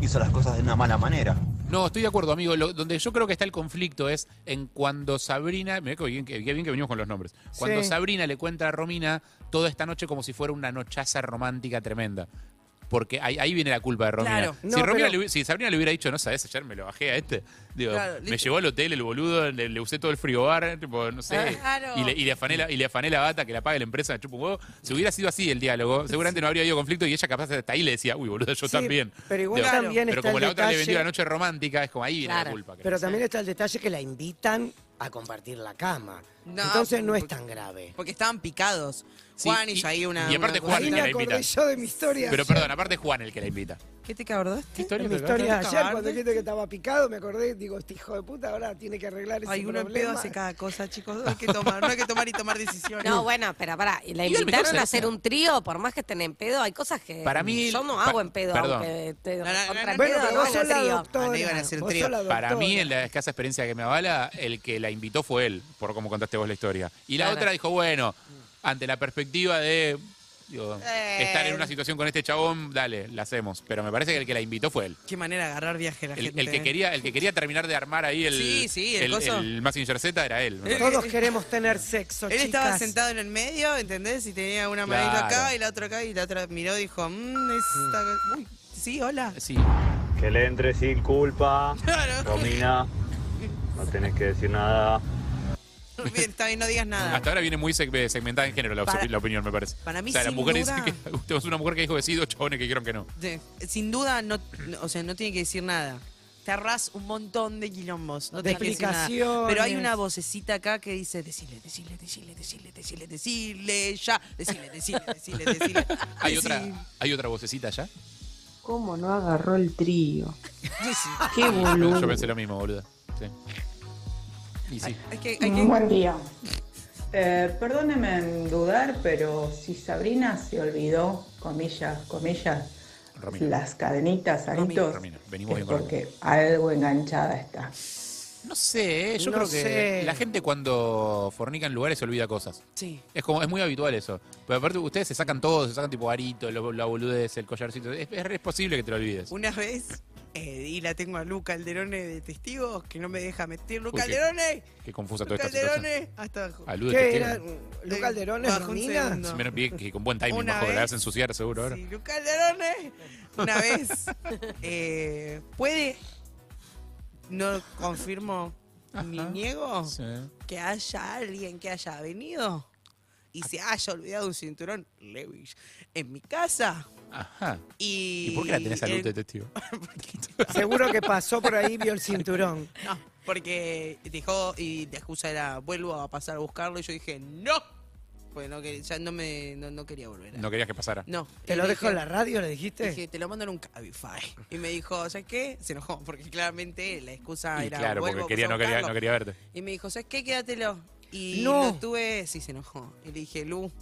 Speaker 9: hizo las cosas de una mala manera.
Speaker 4: No, estoy de acuerdo, amigo. Lo- donde yo creo que está el conflicto es en cuando Sabrina. Mirá que bien, que qué bien que venimos con los nombres. Cuando
Speaker 6: Sí.
Speaker 4: Sabrina le cuenta a Romina toda esta noche como si fuera una nochaza romántica tremenda. Porque ahí, ahí viene la culpa de Romina.
Speaker 5: Claro.
Speaker 4: Si,
Speaker 6: No,
Speaker 4: Romina
Speaker 6: pero-
Speaker 4: le hubi- si Sabrina le hubiera dicho, no sabes, ayer me lo bajé a este. Digo,
Speaker 5: Claro,
Speaker 4: me
Speaker 5: listo.
Speaker 4: llevó al hotel el boludo, le, le usé todo el frigobar, tipo, no sé.
Speaker 7: Claro.
Speaker 4: Y, le, y, le afané la, y le afané la bata, que la pague la empresa, me chupa un huevo. Si hubiera sido así el diálogo, seguramente no habría habido conflicto y ella capaz hasta ahí le decía, uy, boludo, yo
Speaker 6: Sí,
Speaker 4: también.
Speaker 6: Pero igual
Speaker 4: Digo,
Speaker 6: también
Speaker 4: pero
Speaker 6: está
Speaker 4: como
Speaker 6: el
Speaker 4: la otra le vendió la
Speaker 6: detalle.
Speaker 4: noche romántica, es como ahí viene la
Speaker 7: Claro.
Speaker 4: culpa. creo.
Speaker 6: Pero también está el detalle que la invitan a compartir la cama.
Speaker 5: No,
Speaker 6: Entonces no es
Speaker 5: porque-
Speaker 6: tan grave.
Speaker 5: Porque estaban picados.
Speaker 4: Sí,
Speaker 5: Juan y,
Speaker 4: y-
Speaker 5: ahí una.
Speaker 4: y aparte
Speaker 5: una
Speaker 4: Juan,
Speaker 6: Ahí
Speaker 4: que
Speaker 5: cosita.
Speaker 6: me
Speaker 4: la invita.
Speaker 6: acordé yo de mi historia.
Speaker 4: Pero
Speaker 6: ayer.
Speaker 4: perdón, aparte es Juan el que la invita.
Speaker 5: ¿Qué te acordaste?
Speaker 6: De mi historia de ayer, cuando dijiste que estaba picado, me acordé, digo, este hijo de puta ahora tiene que arreglar ese
Speaker 5: Hay uno en pedo
Speaker 6: problema.
Speaker 5: hace cada cosa, chicos. Hay que tomar, no hay que tomar y tomar decisiones.
Speaker 7: No, bueno, pero pará, y la
Speaker 4: Y el mejor
Speaker 7: invitaron
Speaker 4: es
Speaker 7: a hacer
Speaker 4: esa.
Speaker 7: un trío, por más que estén en pedo, hay cosas que
Speaker 4: Para mí-
Speaker 7: yo no
Speaker 4: pa-
Speaker 7: hago en pedo,
Speaker 4: perdón.
Speaker 7: aunque te
Speaker 5: No, no, no,
Speaker 7: contra
Speaker 5: no,
Speaker 7: el
Speaker 6: Bueno,
Speaker 7: pedo
Speaker 6: pero
Speaker 7: no
Speaker 6: vos
Speaker 7: hago
Speaker 6: sos la
Speaker 7: trío.
Speaker 5: Ah, no iban a
Speaker 6: doctora.
Speaker 5: hacer
Speaker 6: vos
Speaker 5: trío.
Speaker 6: sos la
Speaker 4: Para mí,
Speaker 6: doctora.
Speaker 4: en la escasa experiencia que me avala, el que la invitó fue él, por como contaste vos la historia. Y la
Speaker 7: Claro.
Speaker 4: otra dijo, bueno, ante la perspectiva de digo,
Speaker 5: Eh.
Speaker 4: estar en una situación con este chabón, dale, la hacemos. Pero me parece que el que la invitó fue él.
Speaker 5: Qué manera de agarrar viaje la
Speaker 4: El, el
Speaker 5: gente.
Speaker 4: que
Speaker 5: ¿eh?
Speaker 4: quería, el que quería terminar de armar ahí el,
Speaker 5: Sí, sí, el coso.
Speaker 4: el Mazinger Z era él. me parece.
Speaker 6: Todos queremos tener sexo,
Speaker 5: Él estaba
Speaker 6: chicas.
Speaker 5: sentado en el medio, ¿entendés? Y tenía una manito
Speaker 4: Claro.
Speaker 5: acá y la otra acá y la otra miró y dijo, mmm, esta...
Speaker 4: Mm.
Speaker 5: Uy, sí, hola.
Speaker 4: Sí.
Speaker 10: Que le entre sin culpa.
Speaker 5: Claro,
Speaker 10: Romina, no tenés que decir nada.
Speaker 5: bien, está bien, no digas nada.
Speaker 4: Hasta ahora viene muy seg- segmentada en género la,
Speaker 5: Para-
Speaker 4: la opinión, me parece.
Speaker 5: para mí,
Speaker 4: o sea, la
Speaker 5: sin
Speaker 4: mujer dice
Speaker 5: duda-
Speaker 4: que- usted es una mujer que dijo que sí, dos chabones que dijeron que no.
Speaker 5: Sí, Sin duda, no, no- o sea, no tiene que decir nada. Te arras un montón de quilombos, no
Speaker 6: De
Speaker 5: tiene que decir nada.
Speaker 6: explicaciones.
Speaker 5: Pero hay una vocecita acá que dice, decile, decile, decile, decile, decile, decile, ya, decile, decile, decile, decile.
Speaker 4: Hay
Speaker 5: Decí-
Speaker 4: otra, hay otra vocecita ya.
Speaker 11: ¿Cómo no agarró el trío?
Speaker 5: decí.
Speaker 11: Qué
Speaker 4: Yo,
Speaker 11: boludo.
Speaker 4: pensé lo mismo, boluda. Sí. Y sí.
Speaker 5: Hay que, hay que-
Speaker 11: Buen día. eh, perdóneme en dudar, pero si Sabrina se olvidó, comillas, comillas,
Speaker 4: Romina.
Speaker 11: las cadenitas,
Speaker 5: Romina,
Speaker 11: aritos,
Speaker 4: Romina, venimos
Speaker 11: es
Speaker 4: bien con
Speaker 11: porque algo enganchada está.
Speaker 4: No sé, ¿eh? yo
Speaker 6: No
Speaker 4: creo que
Speaker 6: sé.
Speaker 4: la gente cuando fornica en lugares se olvida cosas.
Speaker 6: Sí.
Speaker 4: Es como, es muy habitual eso. Pero aparte ustedes se sacan todo, se sacan tipo arito, lo- la boludez, el collarcito. Es, es, re posible que te lo olvides.
Speaker 5: Una vez, eh, y la tengo a Luca Alderone de testigos, que no me deja meter. ¡Luca
Speaker 4: Uy, qué-
Speaker 5: Alderone!
Speaker 4: Qué confusa toda
Speaker 5: ¡Luca
Speaker 4: esta situación.
Speaker 5: Alderone! Hasta abajo.
Speaker 4: Alude
Speaker 6: ¿Qué era?
Speaker 4: testigo.
Speaker 6: ¿Luca Alderón es
Speaker 5: Baja un
Speaker 6: Romina?
Speaker 5: segundo.
Speaker 4: Si me lo pide que con buen timing
Speaker 5: Una
Speaker 4: bajo, la
Speaker 5: vez-
Speaker 4: vas a ensuciar seguro ahora.
Speaker 5: Sí, Luca Alderone. Una vez. eh, ¿Puede? No confirmo ni
Speaker 4: Ajá.
Speaker 5: niego
Speaker 4: Sí.
Speaker 5: que haya alguien que haya venido y se haya olvidado un cinturón Levi's en mi casa.
Speaker 4: Ajá.
Speaker 5: Y,
Speaker 4: ¿Y por qué la tenés a luz
Speaker 5: en-
Speaker 4: de testigo?
Speaker 6: Seguro que pasó por ahí, vio el cinturón.
Speaker 5: No, porque dijo, y la excusa era, vuelvo a pasar a buscarlo, y yo dije, no, pues no, quer- ya no, me, no, no quería volver. a-
Speaker 4: No querías que pasara.
Speaker 5: No.
Speaker 6: ¿Te
Speaker 5: Y
Speaker 6: lo
Speaker 5: le
Speaker 6: dejo en
Speaker 5: dije-
Speaker 6: la radio, le dijiste?
Speaker 5: Dije, te lo mando en un Cabify. Y me dijo, ¿sabes qué? Se enojó, porque claramente la excusa
Speaker 4: y
Speaker 5: era,
Speaker 4: claro,
Speaker 5: vuelvo
Speaker 4: porque
Speaker 5: a
Speaker 4: quería,
Speaker 5: pasar a
Speaker 4: no, quería,
Speaker 5: buscarlo.
Speaker 4: no quería verte.
Speaker 5: Y me dijo, ¿sabes qué? Quédatelo. Y
Speaker 6: No.
Speaker 5: lo tuve, sí, se enojó. Y le dije, Lu,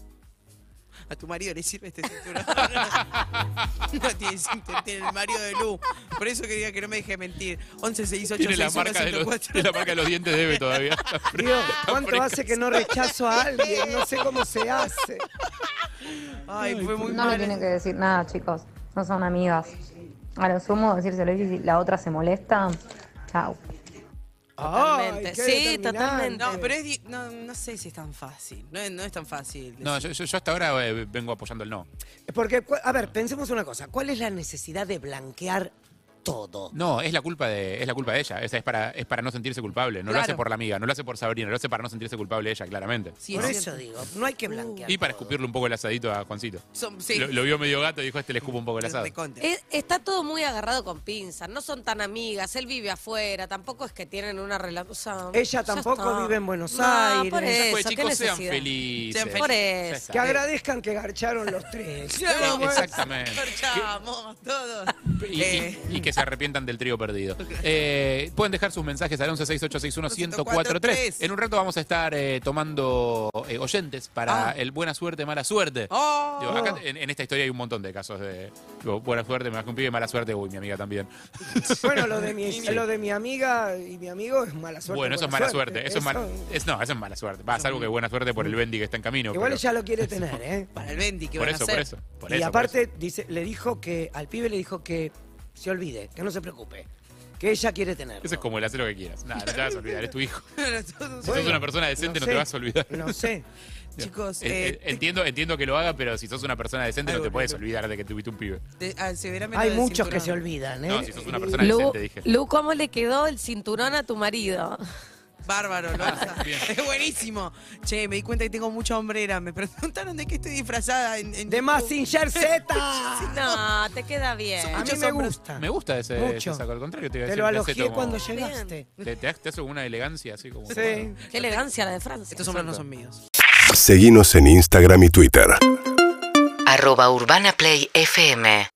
Speaker 5: a tu marido le sirve este cinturón. no tiene cinturón, tiene el marido de Lu. Por eso quería que no me deje mentir. 11, 6, 8,
Speaker 4: Tiene la marca, de los, tiene la marca de los dientes de Eve todavía.
Speaker 6: Dios, ¿cuánto hace que no rechazo a alguien? No sé cómo se hace.
Speaker 5: Ay, fue muy
Speaker 12: No
Speaker 5: mal.
Speaker 12: me tienen que decir nada, chicos. No son amigas. A lo sumo, decírselo y si la otra se molesta, chao.
Speaker 7: Totalmente.
Speaker 6: Ay, qué
Speaker 7: Sí,
Speaker 6: determinante.
Speaker 7: totalmente.
Speaker 5: No, pero es, di- no, no sé si es tan fácil. No es, no es tan fácil.
Speaker 4: No, yo, yo- yo hasta ahora eh, vengo apoyando el no.
Speaker 6: Porque, cu- a ver, pensemos una cosa. ¿Cuál es la necesidad de blanquear todo?
Speaker 4: No, es la culpa de, es la culpa de ella. Esa es para, es para no sentirse culpable. No lo hace
Speaker 6: Claro.
Speaker 4: por la amiga, no lo hace por Sabrina, lo hace para no sentirse culpable ella, claramente.
Speaker 5: Sí,
Speaker 6: por
Speaker 5: es
Speaker 6: eso
Speaker 5: cierto.
Speaker 6: digo, no hay que blanquear.
Speaker 4: Y para
Speaker 6: todo.
Speaker 4: escupirle un poco el asadito a Juancito.
Speaker 5: Son- sí.
Speaker 4: Lo, lo vio medio gato y dijo, este le escupo un poco el asado.
Speaker 5: Recontra.
Speaker 7: Es- está todo muy agarrado con pinzas, no son tan amigas, él vive afuera, tampoco es que tienen una relación.
Speaker 6: Ella tampoco vive en Buenos Aires.
Speaker 7: por
Speaker 6: Ya
Speaker 7: eso,
Speaker 4: Pues
Speaker 7: qué
Speaker 4: chicos, sean
Speaker 7: necesidad.
Speaker 4: felices.
Speaker 5: Sean
Speaker 7: Por
Speaker 4: Ya
Speaker 7: eso.
Speaker 4: está.
Speaker 6: Que agradezcan que garcharon los tres.
Speaker 5: Claro,
Speaker 4: Eh, Exactamente.
Speaker 5: Marchamos todos.
Speaker 4: Y,
Speaker 5: Eh,
Speaker 4: y- y que se arrepientan del trío perdido. Eh, pueden dejar sus mensajes al 116861-1043. En un rato vamos a estar eh, tomando eh, oyentes para
Speaker 5: Ah.
Speaker 4: el buena suerte, mala suerte.
Speaker 5: oh,
Speaker 4: Digo, acá en, en esta historia hay un montón de casos de digo, buena suerte, me bajé un pibe, mala suerte, uy, mi amiga también.
Speaker 6: Bueno, lo de, mi, lo de mi amiga y mi amigo es mala suerte.
Speaker 4: bueno, eso es
Speaker 6: buena
Speaker 4: mala suerte. Eso, es mala, es- no, eso es mala suerte. Va, salvo que buena suerte por el Bendy que está en camino.
Speaker 6: Igual
Speaker 4: pero-
Speaker 6: ella lo quiere tener, ¿eh?
Speaker 5: para el Bendy, que
Speaker 4: por
Speaker 5: van
Speaker 4: eso,
Speaker 5: a hacer?
Speaker 4: por eso, por
Speaker 6: y
Speaker 4: eso, por
Speaker 6: aparte
Speaker 4: eso.
Speaker 6: dice, le dijo que al pibe le dijo que se olvide, que no se preocupe, que ella quiere tener.
Speaker 4: Eso es como el hacer lo que quieras. Nada, no te vas a olvidar, es tu hijo. Si
Speaker 6: Bueno,
Speaker 4: sos una persona decente, no,
Speaker 6: no sé.
Speaker 4: te vas a olvidar.
Speaker 6: No sé.
Speaker 5: Chicos,
Speaker 4: En- en-
Speaker 5: eh,
Speaker 4: entiendo, entiendo que lo haga, pero si sos una persona decente,
Speaker 5: Ay,
Speaker 4: no te
Speaker 5: boludo.
Speaker 4: puedes olvidar de que tuviste un pibe.
Speaker 5: te- ah, severamente
Speaker 6: Hay
Speaker 5: del
Speaker 6: muchos que se
Speaker 5: cinturón.
Speaker 6: olvidan, ¿eh?
Speaker 4: No, si sos una persona
Speaker 7: Lu,
Speaker 4: decente, dije.
Speaker 7: Lu, ¿cómo le quedó el cinturón a tu marido?
Speaker 5: Bárbaro, Lorza.
Speaker 4: Ah, Bien.
Speaker 5: Es buenísimo. Che, me di cuenta que tengo mucha hombrera. Me preguntaron de qué estoy disfrazada en, en
Speaker 6: De
Speaker 5: YouTube.
Speaker 6: Massinger Z. A
Speaker 7: No, te queda bien. Ah,
Speaker 6: mí
Speaker 5: muchos
Speaker 6: me
Speaker 5: hombres.
Speaker 6: gusta.
Speaker 4: Me gusta ese,
Speaker 6: Mucho.
Speaker 4: ese saco, al contrario, te iba a
Speaker 6: Te
Speaker 4: decir,
Speaker 6: lo
Speaker 4: hace
Speaker 6: alojé
Speaker 4: como-
Speaker 6: cuando
Speaker 7: Bien.
Speaker 6: llegaste.
Speaker 4: Te, te, hace- te hace una elegancia así como.
Speaker 6: Sí.
Speaker 7: Qué elegancia la de Francia.
Speaker 5: Estos hombres no son míos.
Speaker 13: Seguimos en Instagram y Twitter.
Speaker 14: Arroba Urbana Play FM